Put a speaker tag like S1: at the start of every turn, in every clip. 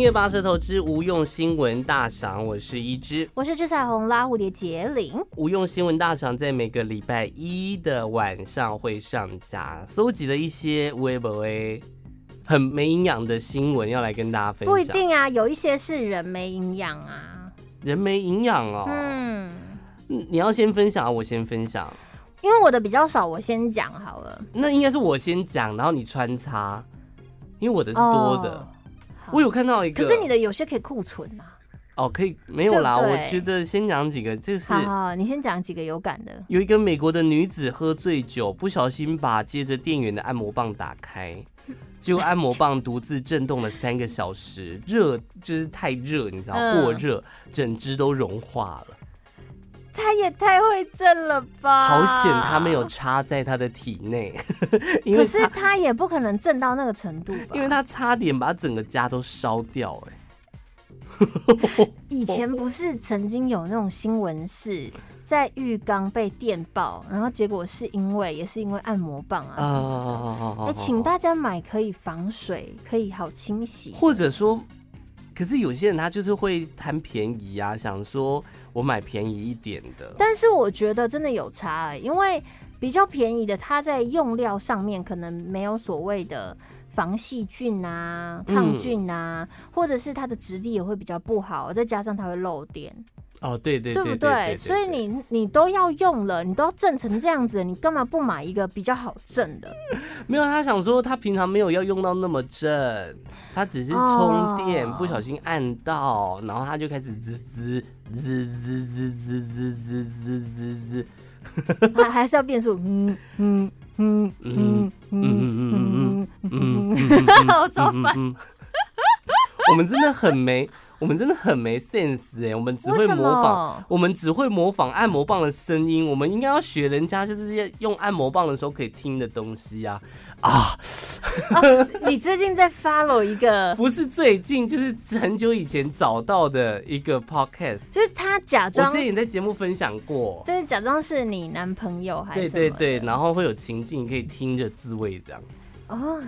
S1: 月拔舌头之无用新闻大赏，我是一只。
S2: 我是吃彩虹拉蝴蝶杰林，
S1: 无用新闻大赏在每个礼拜一的晚上会上架，搜集了一些微博很没营养的新闻要来跟大家分享。
S2: 不一定啊，有一些是人没营养啊。
S1: 人没营养哦。
S2: 嗯，
S1: 嗯你要先分享，我先分享。
S2: 因为我的比较少，我先讲好了。
S1: 那应该是我先讲，然后你穿插，因为我的是多的。
S2: 哦好
S1: 我有看到一个，
S2: 可是你的有些可以库存啊。
S1: 哦，可以没有啦。
S2: 对不
S1: 我
S2: 对
S1: 觉得先讲几个，就是
S2: 好好，你先讲几个有感的。
S1: 有一个美国的女子喝醉酒，不小心把接着电源的按摩棒打开，结果按摩棒独自震动了三个小时，热就是太热，你知道
S2: 嗯
S1: 过热，整只都融化了。
S2: 他也太会震了吧！
S1: 好险她没有。插在她的体内，因
S2: 可
S1: 为
S2: 是
S1: 她
S2: 他也不可能震到那个程度吧？
S1: 因为她差点把整个家都烧掉、哎，
S2: 以前不是曾经有那种新闻是在浴缸被电爆，然后结果是因为也是因为按摩棒啊什么的。
S1: 啊
S2: 哎、请大家买可以防水、可以好清洗。
S1: 或者说，可是有些人他就是会贪便宜啊，想说我买便宜一点的。
S2: 但是我觉得真的有差、欸，因为比较便宜的，它在用料上面可能没有所谓的防细菌啊、
S1: 嗯
S2: 抗菌啊，或者是它的质地也会比较不好，再加上它会漏电，
S1: 哦，对对
S2: 对不所以你你都要用了，你都要震成这样子，你干嘛不买一个比较好震的？
S1: 没有，他想说他平常没有要用到那么正，他只是充电、
S2: 哦
S1: 不小心按到，然后他就开始滋滋滋滋滋滋滋滋滋滋滋，
S2: 还还是要变速？嗯嗯嗯嗯嗯嗯嗯嗯嗯， 好超
S1: 嗯
S2: 烦。
S1: 嗯。我们真的很没，我们真的很没 sense 哎、我们只会
S2: 为什
S1: 模仿
S2: 么，
S1: 我们只会模仿按摩棒的声音，我们应该要学人家就是要用按摩棒的时候可以听的东西啊啊！
S2: 嗯 你最近在 follow 一个，
S1: 不是最近，就是很久以前找到的一个 podcast。
S2: 就是他假
S1: 我
S2: 装
S1: 之前也在节目分享过，
S2: 就是假装是你男朋友还
S1: 对
S2: 是
S1: 对
S2: 什么
S1: 对，
S2: 的
S1: 然后会有情境可以听着自慰这样，
S2: 哦，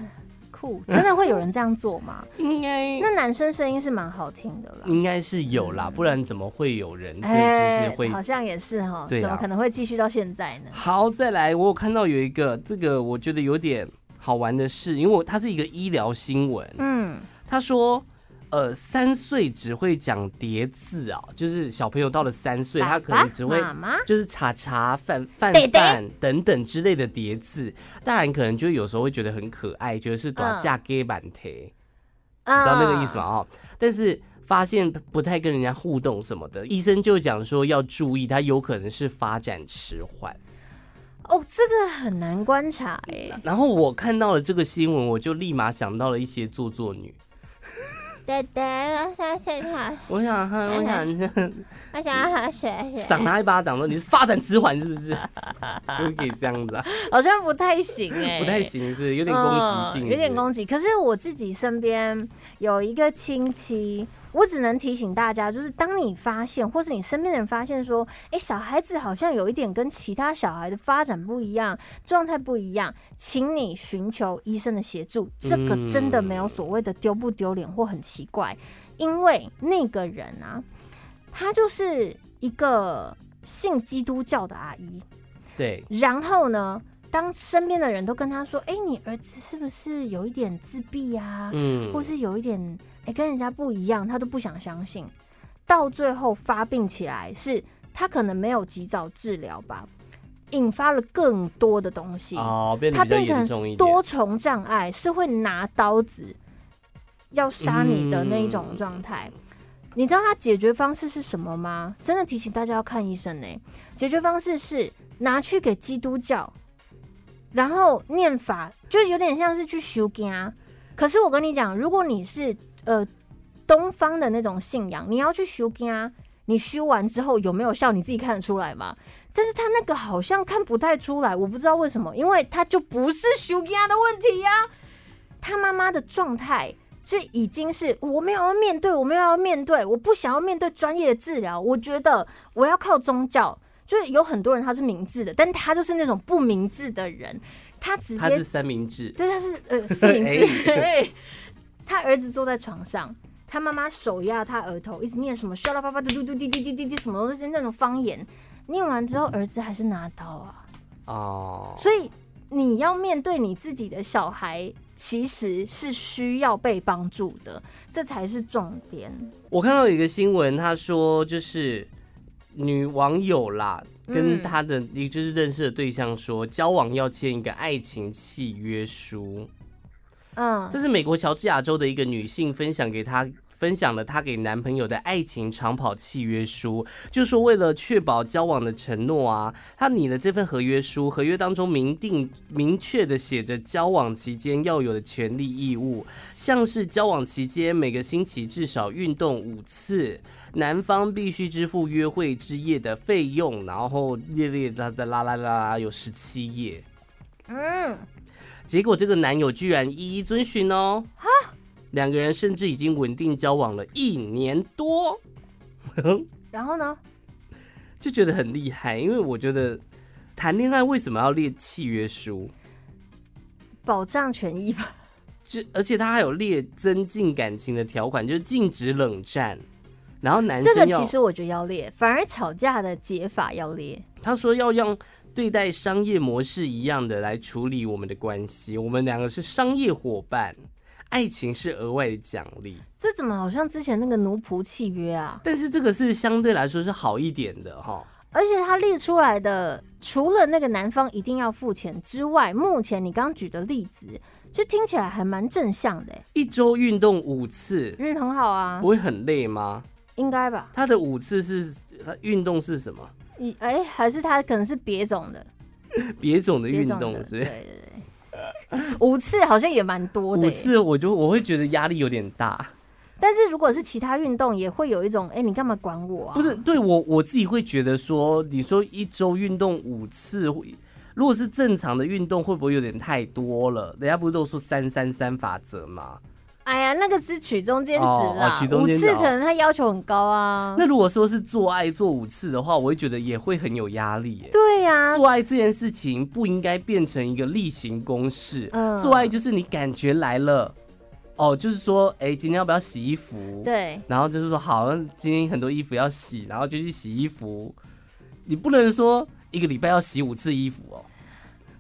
S2: 酷，真的会有人这样做 吗？
S1: 应该
S2: 那男生声音是蛮好听的啦，哎
S1: 应该是有啦，不然怎么会有人嗯这就是会
S2: 嗯好像也是哈，
S1: 对啊
S2: 怎么可能会继续到现在呢？
S1: 好，再来，我有看到有一个这个我觉得有点好玩的事，因为我它是一个医疗新闻，
S2: 嗯，
S1: 他说。呃，三岁只会讲叠字啊，就是小朋友到了三岁，他可能只会
S2: 爸爸妈妈
S1: 就是查查、饭饭
S2: 爹爹
S1: 饭等等之类的叠字，大人可能就有时候会觉得很可爱，觉得是
S3: 嗯
S1: 短嫁给版贴，
S2: 你
S1: 你知道那个意思吗？？
S2: 啊
S1: 哦，但是发现不太跟人家互动什么的，医生就讲说要注意，他有可能是发展迟缓。
S2: 哦，这个很难观察哎、
S1: 然后我看到了这个新闻，我就立马想到了一些做作女。
S3: 爹爹，我想洗头，
S1: 我想，哼我想
S3: 我想要喝水。
S1: 赏他一巴掌说你是发展迟缓是不是？不可以这样子啊，
S2: 好像不太行 哎、
S1: 不太行是不是有点攻击性是不
S2: 嗯
S1: 是，
S2: 有点攻击。可是我自己身边有一个亲戚，我只能提醒大家，就是当你发现，或是你身边的人发现说，哎、小孩子好像有一点跟其他小孩的发展不一样，状态不一样，请你寻求医生的协助。这个真的没有所谓的丢不丢脸或很奇怪，因为那个人啊，他就是一个信基督教的阿姨。
S1: 对，
S2: 然后呢，当身边的人都跟他说：“哎、你儿子是不是有一点自闭啊？
S1: 嗯，
S2: 或是有一点哎、跟人家不一样？”他都不想相信，到最后发病起来是他可能没有及早治疗吧，引发了更多的东西，
S1: 哦，变得
S2: 他
S1: 比较
S2: 变成
S1: 严重一点
S2: 多。重障碍是会拿刀子要杀你的那一种状态。
S1: 嗯
S2: 你知道他解决方式是什么吗？真的提醒大家要看医生呢、解决方式是拿去给基督教，然后念法，就有点像是去修家。可是我跟你讲，如果你是呃东方的那种信仰，你要去修啊家，你修完之后有没有效，你自己看得出来吗？但是他那个好像看不太出来，我不知道为什么，因为他就不是修家的问题呀、他妈妈的状态。就已经是我没有要面对，我没有要面对，我不想要面对专业的治疗。我觉得我要靠宗教，就是有很多人他是明智的，但他就是那种不明智的人，他直
S1: 他
S2: 接
S1: 是三明治， 哎
S2: 对，他是呃四明治。他儿子坐在床上，他妈妈手压他额头，一直念什么“唰啦叭叭嘟嘟嘟滴滴滴滴滴”什么东西那种方言。念完之后，儿子还是拿刀啊。
S1: 哦，
S2: 所以你要面对你自己的小孩，其实是需要被帮助的，这才是重点。
S1: 我看到有一个新闻，他说就是女网友啦，跟
S2: 嗯
S1: 她的也就是认识的对象说，交往要签一个爱情契约书。
S2: 嗯
S1: 这是美国乔治亚州的一个女性分享给她。分享了她给男朋友的爱情长跑契约书，就说为了确保交往的承诺啊，她拟了这份合约书，合约当中明定明确的写着交往期间要有的权利义务，像是交往期间每个星期至少运动五次，男方必须支付约会之夜的费用，然后列列啦啦啦啦啦啦有十七页，
S2: 嗯，
S1: 结果这个男友居然一一遵循哦，两个人甚至已经稳定交往了一年多，
S2: 然后呢？
S1: 就觉得很厉害。因为我觉得谈恋爱为什么要列契约书？
S2: 保障权益吧。
S1: 就而且他还有列增进感情的条款，就是禁止冷战。然后男
S2: 这个
S1: 生要
S2: 其实我觉得要列，反而吵架的解法要列。
S1: 他说要让对待商业模式一样的来处理我们的关系，我们两个是商业伙伴，爱情是额外的奖励。
S2: 这怎么好像之前那个奴仆契约啊？
S1: 但是这个是相对来说是好一点的哈。
S2: 而且他列出来的，除了那个男方一定要付钱之外，目前你刚举的例子，就听起来还蛮正向的欸。
S1: 一周运动五次，
S2: 嗯，很好啊
S1: 不，会很累吗？
S2: 应该吧？
S1: 他的五次是他运动是什么？
S2: 一哎，还是他可能是别种的，
S1: 别种的
S2: 别
S1: 运
S2: 种
S1: 动
S2: 的，
S1: 是
S2: 对
S1: 不是
S2: 对对。五次好像也蛮多的
S1: 五
S2: 欸，
S1: 次，我就我会觉得压力有点大。
S2: 但是如果是其他运动，也会有一种哎，你干嘛管我啊？
S1: 不是，对我我自己会觉得说，你说一周运动五次，会如果是正常的运动，会不会有点太多了？人家不是都说三三三法则吗？
S2: 哎呀，那个只取中间值
S1: 哦
S2: 啦
S1: 哦，取中
S2: 五
S1: 间值
S2: 次
S1: 哦
S2: 可能他要求很高啊。
S1: 那如果说是做爱做五次的话，我会觉得也会很有压力耶。
S2: 对呀、
S1: 做爱这件事情不应该变成一个例行公事。
S2: 嗯
S1: 做爱就是你感觉来了，哦，就是说，哎、今天要不要洗衣服？。
S2: 对，
S1: 然后就是说，好，那今天很多衣服要洗，然后就去洗衣服。你不能说一个礼拜要洗五次衣服哦，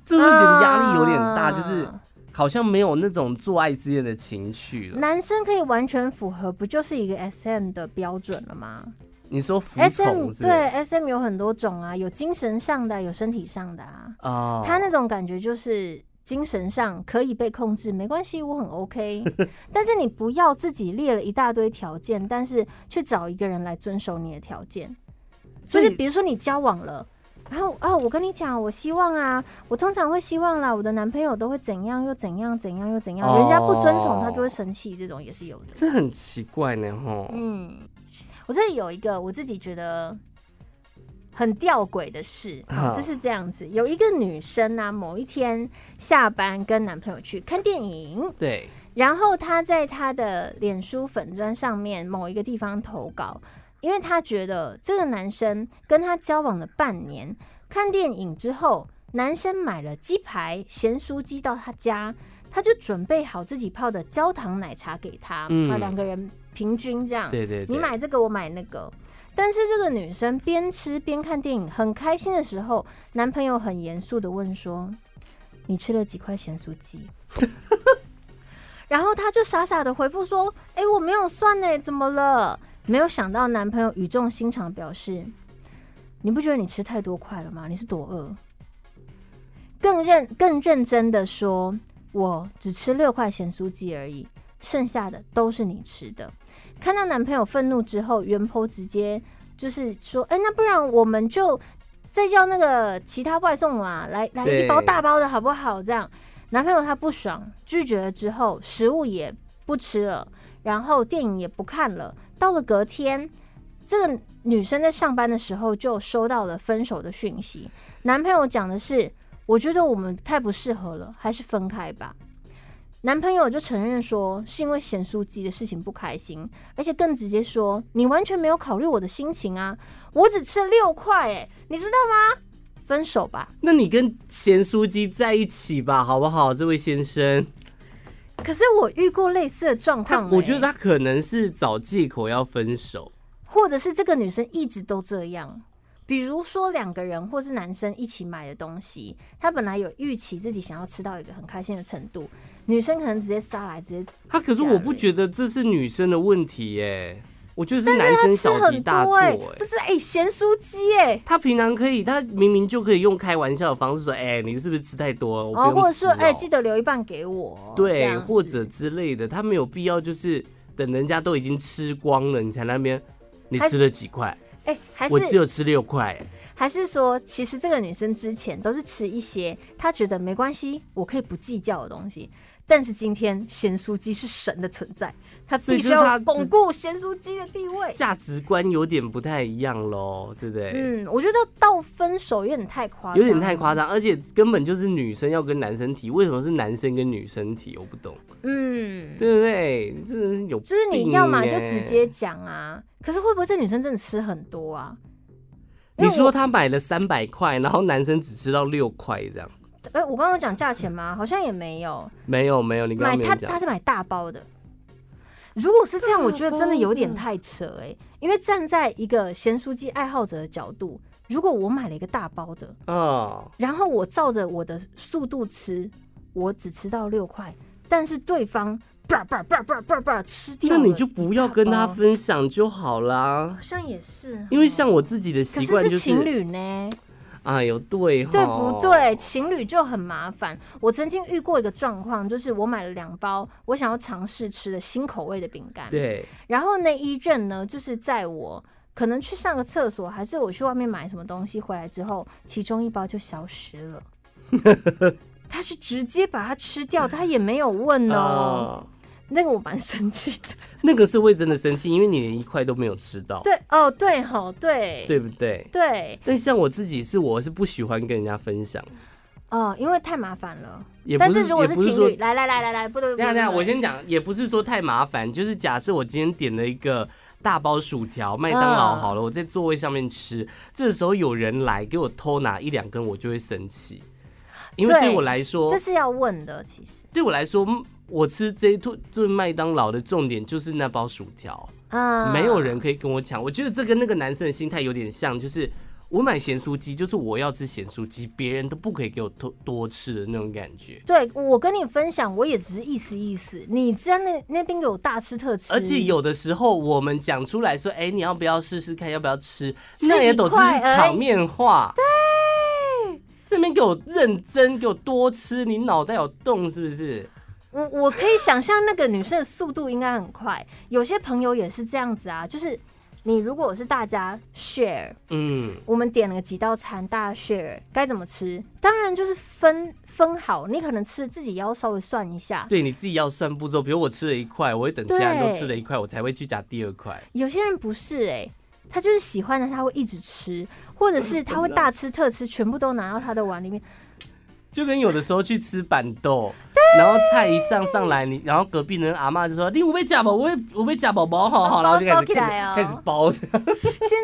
S1: 这会觉得压力有点大，
S2: 啊
S1: 就是好像没有那种做爱之间的情趣了。
S2: 男生可以完全符合，不就是一个 S M 的标准了吗
S1: 你说服
S2: ？S M
S1: 从之类
S2: 哎对
S1: 的
S2: S M 有很多种啊，有精神上的啊，有身体上的啊。
S1: 哦，
S2: 他那种感觉就是精神上可以被控制，没关系，我很 OK 。但是你不要自己列了一大堆条件，但是去找一个人来遵守你的条件。
S1: 所
S2: 就是
S1: 以
S2: 比如说你交往了。然后哦，我跟你讲，我希望啊，我通常会希望啦，我的男朋友都会怎样又怎样怎样又怎样，
S1: 哦
S2: 人家不遵从他就会生气，这种也是有的。
S1: 这很奇怪呢，吼。
S2: 嗯，我这里有一个我自己觉得很吊诡的事，
S1: 好
S2: 这是这样子：有一个女生啊，某一天下班跟男朋友去看电影，
S1: 对，
S2: 然后她在她的脸书粉砖上面某一个地方投稿，因为她觉得这个男生跟她交往了半年，看电影之后，男生买了鸡排、咸酥鸡到她家，她就准备好自己泡的焦糖奶茶给他，
S1: 嗯
S2: 啊，两个人平均这样，
S1: 对对对，
S2: 你买这个，我买那个。但是这个女生边吃边看电影，很开心的时候，男朋友很严肃的问说：“你吃了几块咸酥鸡？” 然后她就傻傻的回复说：“哎、我没有算呢，怎么了？”没有想到男朋友语重心长表示：“你不觉得你吃太多块了吗？你是多饿？”更认更认真的说：“我只吃六块咸酥鸡而已，剩下的都是你吃的。”看到男朋友愤怒之后，袁婆直接就是说：“哎、那不然我们就再叫那个其他外送嘛，来来
S1: 对
S2: 一包大包的好不好？”这样，男朋友他不爽，拒绝了之后，食物也不吃了，然后电影也不看了。到了隔天，这个女生在上班的时候就收到了分手的讯息，男朋友讲的是：“我觉得我们太不适合了，还是分开吧。”男朋友就承认说是因为咸酥鸡的事情不开心，而且更直接说你完全没有考虑我的心情啊！我只吃了六块，哎，你知道吗？分手吧。
S1: 那你跟咸酥鸡在一起吧，好不好，这位先生？
S2: 可是我遇过类似的状
S1: 他
S2: 况、
S1: 我觉得他
S2: 欸
S1: 可能是找借口要分手，
S2: 或者是这个女生一直都这样。比如说两个人或是男生一起买的东西，他本来有预期自己想要吃到一个很开心的程度，女生可能直接杀来，直接
S1: 他可是
S2: 假
S1: 我不
S2: 嘞
S1: 觉得这是女生的问题耶、我觉得是男
S2: 他
S1: 生
S2: 吃
S1: 小题
S2: 啊很
S1: 大
S2: 多
S1: 做
S2: 哎、
S1: 哎、
S2: 就是哎、咸酥鸡哎、
S1: 他平常可以，他明明就可以用开玩笑的方式说：“哎、你是不是吃太多了？我
S2: 哦，
S1: 不
S2: 或
S1: 用
S2: 者
S1: 吃、
S2: 是
S1: 哦。
S2: 哎、记得留一半给我哦，这
S1: 对，
S2: 样
S1: 或者
S2: 子
S1: 之类的，他没有必要就是等人家都已经吃光了，你才那边你
S2: 还
S1: 吃了几块，
S2: 哎、还
S1: 我只
S2: 是
S1: 有吃六块。
S2: 还是说，其实这个女生之前都是吃一些她觉得没关系，我可以不计较的东西。但是今天咸酥鸡是神的存在，她
S1: 所以
S2: 必须
S1: 就是她
S2: 要巩固咸酥鸡的地位。
S1: 价值观有点不太一样喽，对不对？
S2: 嗯，我觉得到分手有点太夸张，
S1: 有点太夸。张，而且根本就是女生要跟男生提，为什么是男生跟女生提？我不懂，
S2: 嗯，
S1: 对不对？你真的是有、欸
S2: 就是你要嘛就直接，讲啊。可是会不会这女生真的吃很多啊？因
S1: 你
S2: 为
S1: 说
S2: 我，
S1: 他买了三百块，然后男生只吃到六块这样，
S2: 哎、我刚刚有讲价钱吗？好像也没有。
S1: 没有没有，你刚
S2: 买
S1: 刚没
S2: 他
S1: 有讲
S2: 他，是买大包的。如果是这样，我觉得真的有点
S1: 大包
S2: 太扯哎、因为站在一个咸酥鸡爱好者的角度，如果我买了一个大包的，
S1: 哦，
S2: 然后我照着我的速度吃，我只吃到六块，但是对方叭叭叭叭叭叭吃掉
S1: 那
S2: 了，
S1: 你就不要跟他
S2: 大包
S1: 分享就好啦
S2: 好。像也是哦，
S1: 因为像我自己的
S2: 可
S1: 习
S2: 是
S1: 惯
S2: 是
S1: 就
S2: 情侣呢，
S1: 哎呦，对，
S2: 对不对？？情侣就很麻烦。我曾经遇过一个状况，就是我买了两包我想要尝试吃的新口味的饼干，
S1: 对，
S2: 然后那一任呢，就是在我可能去上个厕所，还是我去外面买什么东西回来之后，其中一包就消失 了。他是直接把它吃掉，他也没有问哦。
S1: 啊
S2: 那个我蛮生气的。
S1: 那个是会真的生气，因为你连一块都没有吃到，
S2: 对，哦，对吼，对，
S1: 对不对？
S2: 对，
S1: 但像我自己是，我是不喜欢跟人家分享，
S2: 哦，因为太麻烦了。
S1: 也不
S2: 但
S1: 是，
S2: 如果
S1: 也
S2: 是
S1: 不是
S2: 情
S1: 说
S2: 侣，，来来来来来，不对不
S1: 等一下
S2: 对，
S1: 等一下，
S2: 不对
S1: 我先讲，也不是说太麻烦，就是假设我今天点了一个大包薯条，麦当劳
S2: 嗯
S1: 好了，我在座位上面吃，这时候有人来给我偷拿一两根，我就会生气，因为
S2: 对
S1: 对我来说，
S2: 这是要问的，其实。
S1: 对我来说，嗯我吃这一顿顿麦当劳的重点就是那包薯条，
S2: 啊
S1: 没有人可以跟我抢。我觉得这跟那个男生的心态有点像，就是我买咸酥鸡，就是我要吃咸酥鸡，别人都不可以给我多多吃的那种感觉。
S2: 对我跟你分享，我也只是意思意思。你在那那边给我大吃特吃，
S1: 而且有的时候我们讲出来说，哎、你要不要试试看，要不要吃？
S2: 吃
S1: 那也都只
S2: 一块
S1: 是
S2: 而已
S1: 场面话。对，这边给我认真，给我多吃，你脑袋有洞是不是？
S2: 我我可以想象那个女生的速度应该很快。有些朋友也是这样子啊，就是你如果是大家 share，
S1: 嗯，
S2: 我们点了几道餐，大家 share 该怎么吃？当然就是分分好，你可能吃自己要稍微算一下。
S1: 对，你自己要算步骤。比如我吃了一块，我会等其他人都吃了一块，我才会去夹第二块。
S2: 有些人不是哎、他就是喜欢的，他会一直吃，或者是他会大吃特吃，全部都拿到他的碗里面。
S1: 就跟有的时候去吃板豆，然后菜一上上来，你然后隔壁人阿嬷就说：“你有被夹宝，我被我被夹宝宝，好好。”然后就开
S2: 包
S1: 始
S2: 起来哦
S1: 开始包
S2: 现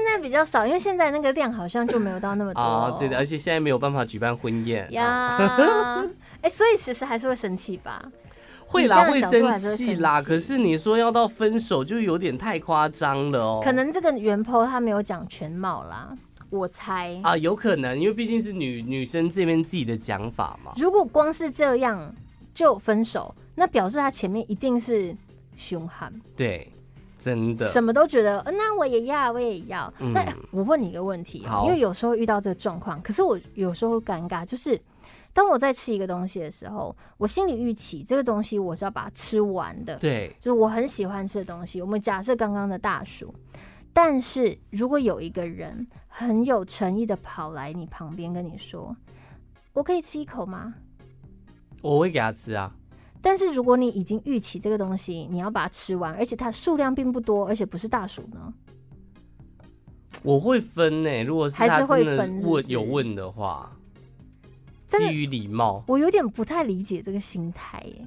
S2: 在比较少，因为现在那个量好像就没有到那么多。
S1: 啊，对的，而且现在没有办法举办婚宴，
S2: 呀， 哎、所以其实还是会生气吧？
S1: 会啦，
S2: 你
S1: 会
S2: 这
S1: 生
S2: 样的角度还是会
S1: 气啦。
S2: 生气
S1: 可是你说要到分手，就有点太夸张了哦。
S2: 可能这个原 po 他没有讲全貌啦，我猜。
S1: 啊，有可能，因为毕竟是女女生这边自己的讲法嘛。
S2: 如果光是这样就分手，那表示他前面一定是凶悍，
S1: 对，真的。
S2: 什么都觉得、呃那我也要，我也要。
S1: 嗯
S2: 那我问你一个问题哦、
S1: 好
S2: 因为有时候遇到这个状况，可是我有时候会尴尬，就是当我在吃一个东西的时候，我心里预期这个东西我是要把它吃完的，
S1: 对，
S2: 就是我很喜欢吃的东西。我们假设刚刚的大薯，但是如果有一个人很有诚意的跑来你旁边跟你说：“我可以吃一口吗
S1: 我会给他吃啊。？”
S2: 但是如果你已经预期这个东西你要把它吃完，而且它数量并不多，而且不是大薯呢？
S1: 我会分呢、如果是
S2: 还是
S1: 他
S2: 会
S1: 真的
S2: 分是不
S1: 问
S2: 是
S1: 有问的话，
S2: 但是
S1: 基于礼貌，
S2: 我有点不太理解这个心态耶，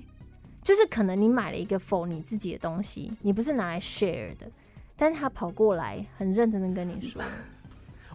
S2: 就是可能你买了一个否你自己的东西，你不是拿来 share 的，但是他跑过来很认真的跟你说，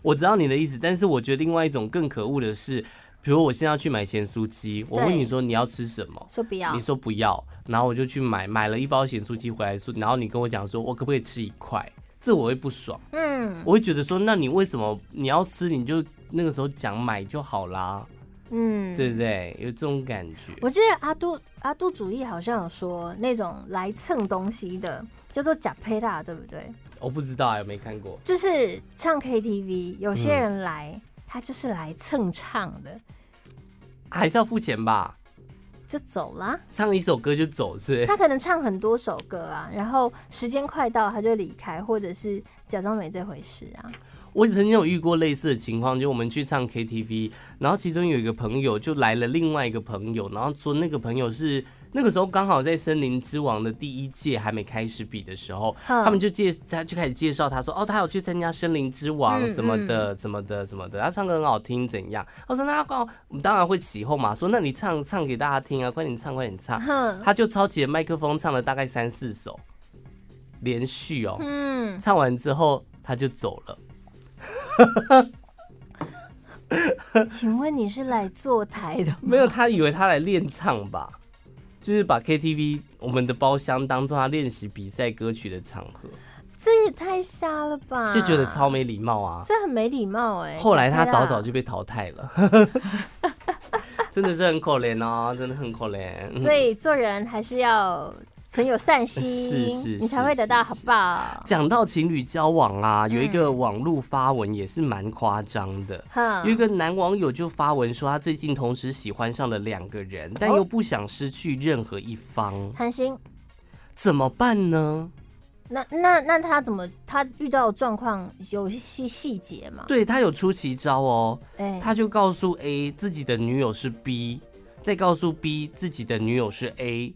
S1: 我知道你的意思，但是我觉得另外一种更可恶的是，比如我现在要去买咸酥鸡，我问
S2: 对
S1: 你说你要吃什么，
S2: 说不要
S1: 你，说不要，然后我就去买，买了一包咸酥鸡回来说，然后你跟我讲说我可不可以吃一块，这我会不爽，
S2: 嗯
S1: 我会觉得说那你为什么你要吃你就那个时候讲买就好啦，
S2: 嗯，
S1: 对不对？有这种感觉。
S2: 我记得阿杜阿杜主义好像有说那种来蹭东西的叫做假配啦，对不对？
S1: 我不知道啊，有没看过。
S2: 就是唱 KTV，有些人来、他就是来蹭唱的，
S1: 还是要付钱吧？
S2: 就走啦。
S1: 唱一首歌就走是不是？
S2: 他可能唱很多首歌啊，然后时间快到他就离开，或者是假装没这回事啊。
S1: 我曾经有遇过类似的情况，就我们去唱 KTV，然后其中有一个朋友就来了另外一个朋友，然后说那个朋友是那个时候刚好在《森林之王》的第一届还没开始比的时候，
S2: 哼
S1: 他们就介他就开始介绍他说哦，他有去参加《森林之王》
S2: 嗯
S1: 什么的、什么的什么的，他唱歌很好听怎样？我说那哦，我们当然会起哄嘛，说那你唱唱给大家听啊，快点唱快点唱，
S2: 哼，
S1: 他就抄起了麦克风唱了大概三四首，连续哦，
S2: 嗯，
S1: 唱完之后他就走了。
S2: 请问你是来坐台 的吗？
S1: 没有，他以为他来练唱吧，就是把 KTV 我们的包厢当做他练习比赛歌曲的场合，
S2: 嗯这也太瞎了吧！
S1: 就觉得超没礼貌啊。
S2: 这很没礼貌哎、
S1: 后来他
S2: 假配啦
S1: 早早就被淘汰了， 真的是很可怜哦，真的很可怜。
S2: 所以做人还是要存有善心，
S1: 呃是是
S2: 你才会得到好报。
S1: 讲到情侣交往啊，有一
S2: 嗯
S1: 个网络发文也是蛮夸张的。有一
S2: 哼，
S1: 个男网友就发文说，他最近同时喜欢上了两个人，
S2: 哦
S1: 但又不想失去任何一方，
S2: 韩星，
S1: 怎么办呢？
S2: 那那那他怎么他遇到的状况有一些细节嘛？
S1: 对他有出奇招哦，
S2: 哎、
S1: 他就告诉 A 自己的女友是 B，再告诉 B 自己的女友是 A，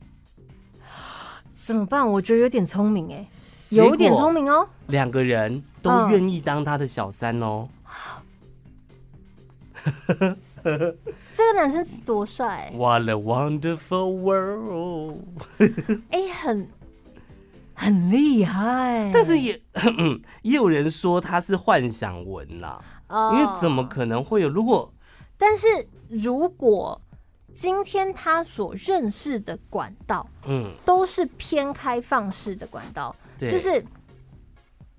S2: 怎么办？我觉得有点聪明哎、
S1: 结果
S2: 有点聪明哦。
S1: 两个人都
S2: 嗯
S1: 愿意当他的小三哦。
S2: 这个男生是多帅哎、
S1: What a wonderful world！
S2: 哎很很厉害。
S1: 但是也也有人说他是幻想文啦，
S2: 哦
S1: 因为怎么？可能会有？如果
S2: 但是如果今天他所认识的管道
S1: 嗯，
S2: 都是偏开放式的管道，
S1: 对，
S2: 就是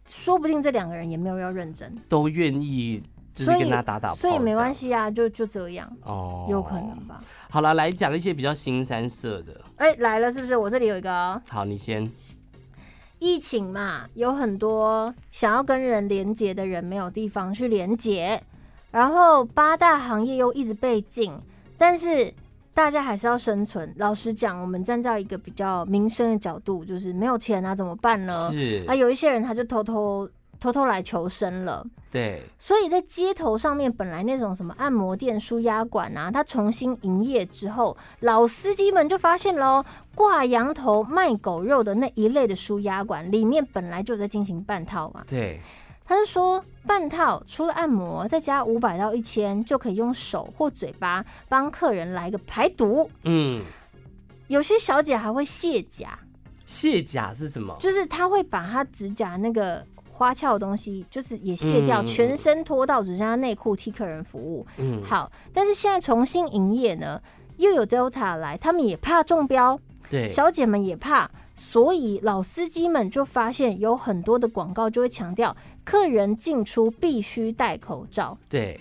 S2: 说不定这两个人也没有要认真，
S1: 都愿意就是
S2: 所以
S1: 跟他打打炮，
S2: 所以没关
S1: 系
S2: 系啊，就就这样，
S1: 哦，
S2: 有可能。吧？
S1: 好了，来讲一些比较新三色的。
S2: 哎、来了是不是？我这里有一个、哦、
S1: 好，你先。
S2: 疫情嘛，有很多想要跟人连接的人没有地方去连接，然后八大行业又一直被禁，但是。大家还是要生存。老实讲，我们站在一个比较民生的角度，就是没有钱啊，怎么办呢？
S1: 是
S2: 啊，，有一些人他就偷偷偷偷来求生了。
S1: 对，
S2: 所以在街头上面，本来那种什么按摩店、舒压馆啊，它重新营业之后，老司机们就发现喽，挂羊头卖狗肉的那一类的舒压馆里面本来就有在进行半套嘛。
S1: 对，
S2: 他就说，半套除了按摩，再加五百到一千，就可以用手或嘴巴帮客人来个排毒。
S1: 嗯，
S2: 有些小姐还会卸甲，
S1: 卸甲是什么？
S2: 就是她会把她指甲那个。花俏的东西就是也卸掉，
S1: 嗯嗯嗯
S2: 全身脱到只剩下内裤替客人服务。
S1: 嗯，
S2: 好，但是现在重新营业呢，又有 Delta 来，他们也怕中标，
S1: 对，
S2: 小姐们也怕，所以老司机们就发现有很多的广告就会强调，客人进出必须戴口罩，
S1: 对，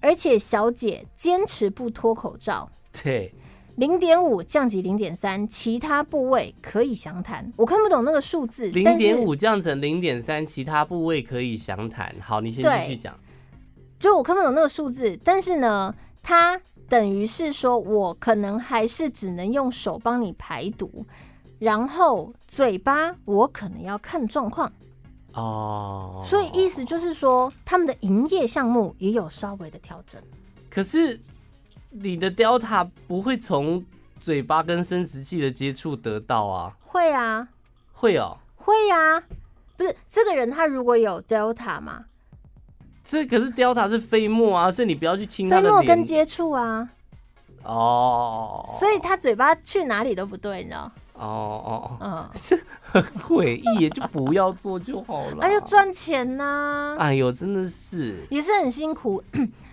S2: 而且小姐坚持不脱口罩。
S1: 对，
S2: 零点五降级零点三，其他部位可以详谈。我看不懂那个数字，
S1: 零
S2: 但是
S1: 点五降成零点三，其他部位可以详谈。好，你先
S2: 对
S1: 继续讲。
S2: 就我看不懂那个数字，但是呢，它等于是说我可能还是只能用手帮你排毒，然后嘴巴我可能要看状况，
S1: 哦，
S2: 所以意思就是说，他们的营业项目也有稍微的调整。
S1: 可是你的 delta 不会从嘴巴跟生殖器的接触得到啊？
S2: 会啊，
S1: 会哦，
S2: 会啊，不是这个人他如果有 delta 嘛，
S1: 这可是 delta 是飞沫啊，所以你不要去亲他
S2: 飞
S1: 的
S2: 沫
S1: 脸
S2: 跟接触啊，
S1: 哦，
S2: 所以他嘴巴去哪里都不对，你知道？
S1: 哦哦哦 哦，
S2: 嗯，
S1: 很诡异耶，就不要做就好了。
S2: 那就，哎赚钱呐、
S1: 哎呦，真的是，
S2: 也是很辛苦。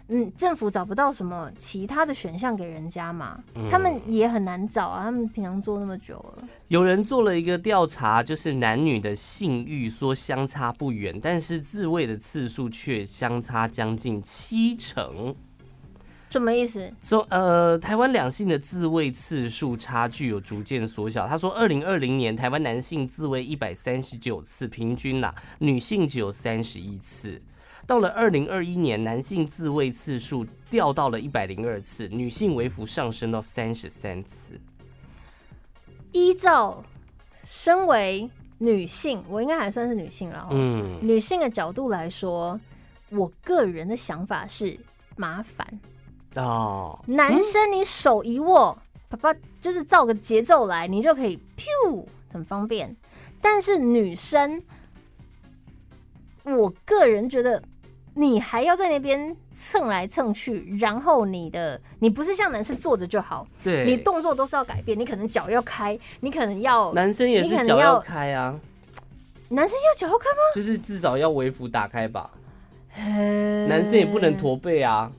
S2: 嗯，政府找不到什么其他的选项给人家嘛，
S1: 嗯
S2: 他们也很难找啊，他们平常做那么久了，
S1: 有人做了一个调查，就是男女的性欲说相差不远，但是自慰的次数却相差将近七成。
S2: 什么意思？
S1: 中呃，台湾两性的自慰次数差距有逐渐缩小。他说，二零二零年台湾男性自慰一百三十九次，平均啦、女性只有三十一次。到了二零二一年，男性自慰次数掉到了一百零二次，女性微幅上升到三十三次。
S2: 依照身为女性，我应该还算是女性了、哦，
S1: 嗯，
S2: 女性的角度来说，我个人的想法是麻烦。
S1: 哦，
S2: 男生你手一握，啪啪就是照个节奏来，你就可以噗，很方便。但是女生，我个人觉得。你还要在那边蹭来蹭去，然后你的你不是像男生坐着就好，
S1: 对，
S2: 你动作都是要改变，你可能脚要开，你可能要
S1: 男生也
S2: 你可
S1: 是
S2: 能
S1: 脚要
S2: 要
S1: 开啊，
S2: 男生要脚要开吗？
S1: 就是至少要微幅打开吧。
S2: 嗯
S1: 男生也不能驼背啊，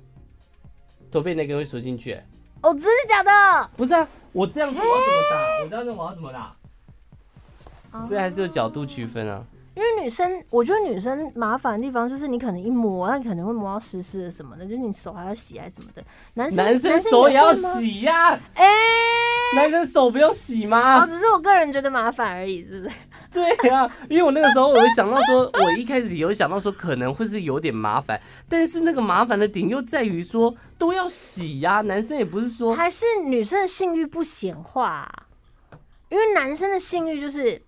S1: 驼背那个会缩进去欸、
S2: 哦，真的假的？
S1: 不是啊，我这样子我要怎么打？我这样子我要怎么打？
S2: 哦
S1: 所以还是有角度区分啊。
S2: 因为女生，我觉得女生麻烦的地方就是你可能一摸，那可能会摸到湿湿的什么的，就是你手还要洗还是什么的。男生
S1: 男生
S2: 生
S1: 手也要
S2: 会吗，
S1: 洗呀、
S2: 哎、
S1: 男生手不用洗
S2: 哦，
S1: 吗？
S2: 只是我个人觉得麻烦而已，是不是？
S1: 对啊，因为我那个时候我想到 说，我一开始有想到说可能会是有点麻烦，但是那个麻烦的点又在于说都要洗呀、男生也不是说
S2: 还是女生的性欲不显化啊、因为男生的性欲就是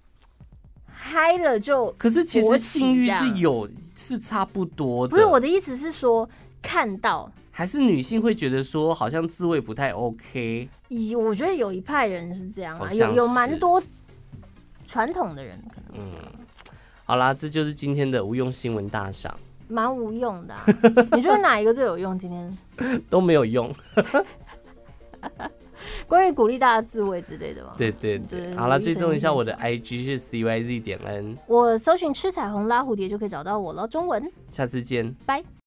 S2: 嗨了就，
S1: 可是其实
S2: 勃起
S1: 性欲
S2: 这样
S1: 是有是差不多的，
S2: 不是我的意思是说看到。
S1: 还是女性会觉得说好像自慰不太 OK，
S2: 以我觉得有一派人是这样
S1: 好
S2: 啊，
S1: 像
S2: 有有蛮
S1: 是
S2: 多传统的人可能
S1: 嗯，好啦，这就是今天的无用新闻大赏，
S2: 蛮无 用的啊、你觉得哪一个最有用？今天
S1: 都没有用，
S2: 关于鼓励大家自慰之类的吗？，
S1: 对对对，
S2: 对
S1: 好啦，
S2: 无意
S1: 追
S2: 识
S1: 踪一下
S2: 影响
S1: 我的 IG 是 cyz 点 n，
S2: 我搜寻“吃彩虹拉蝴蝶”就可以找到我了。中文，
S1: 下次见。
S2: 拜。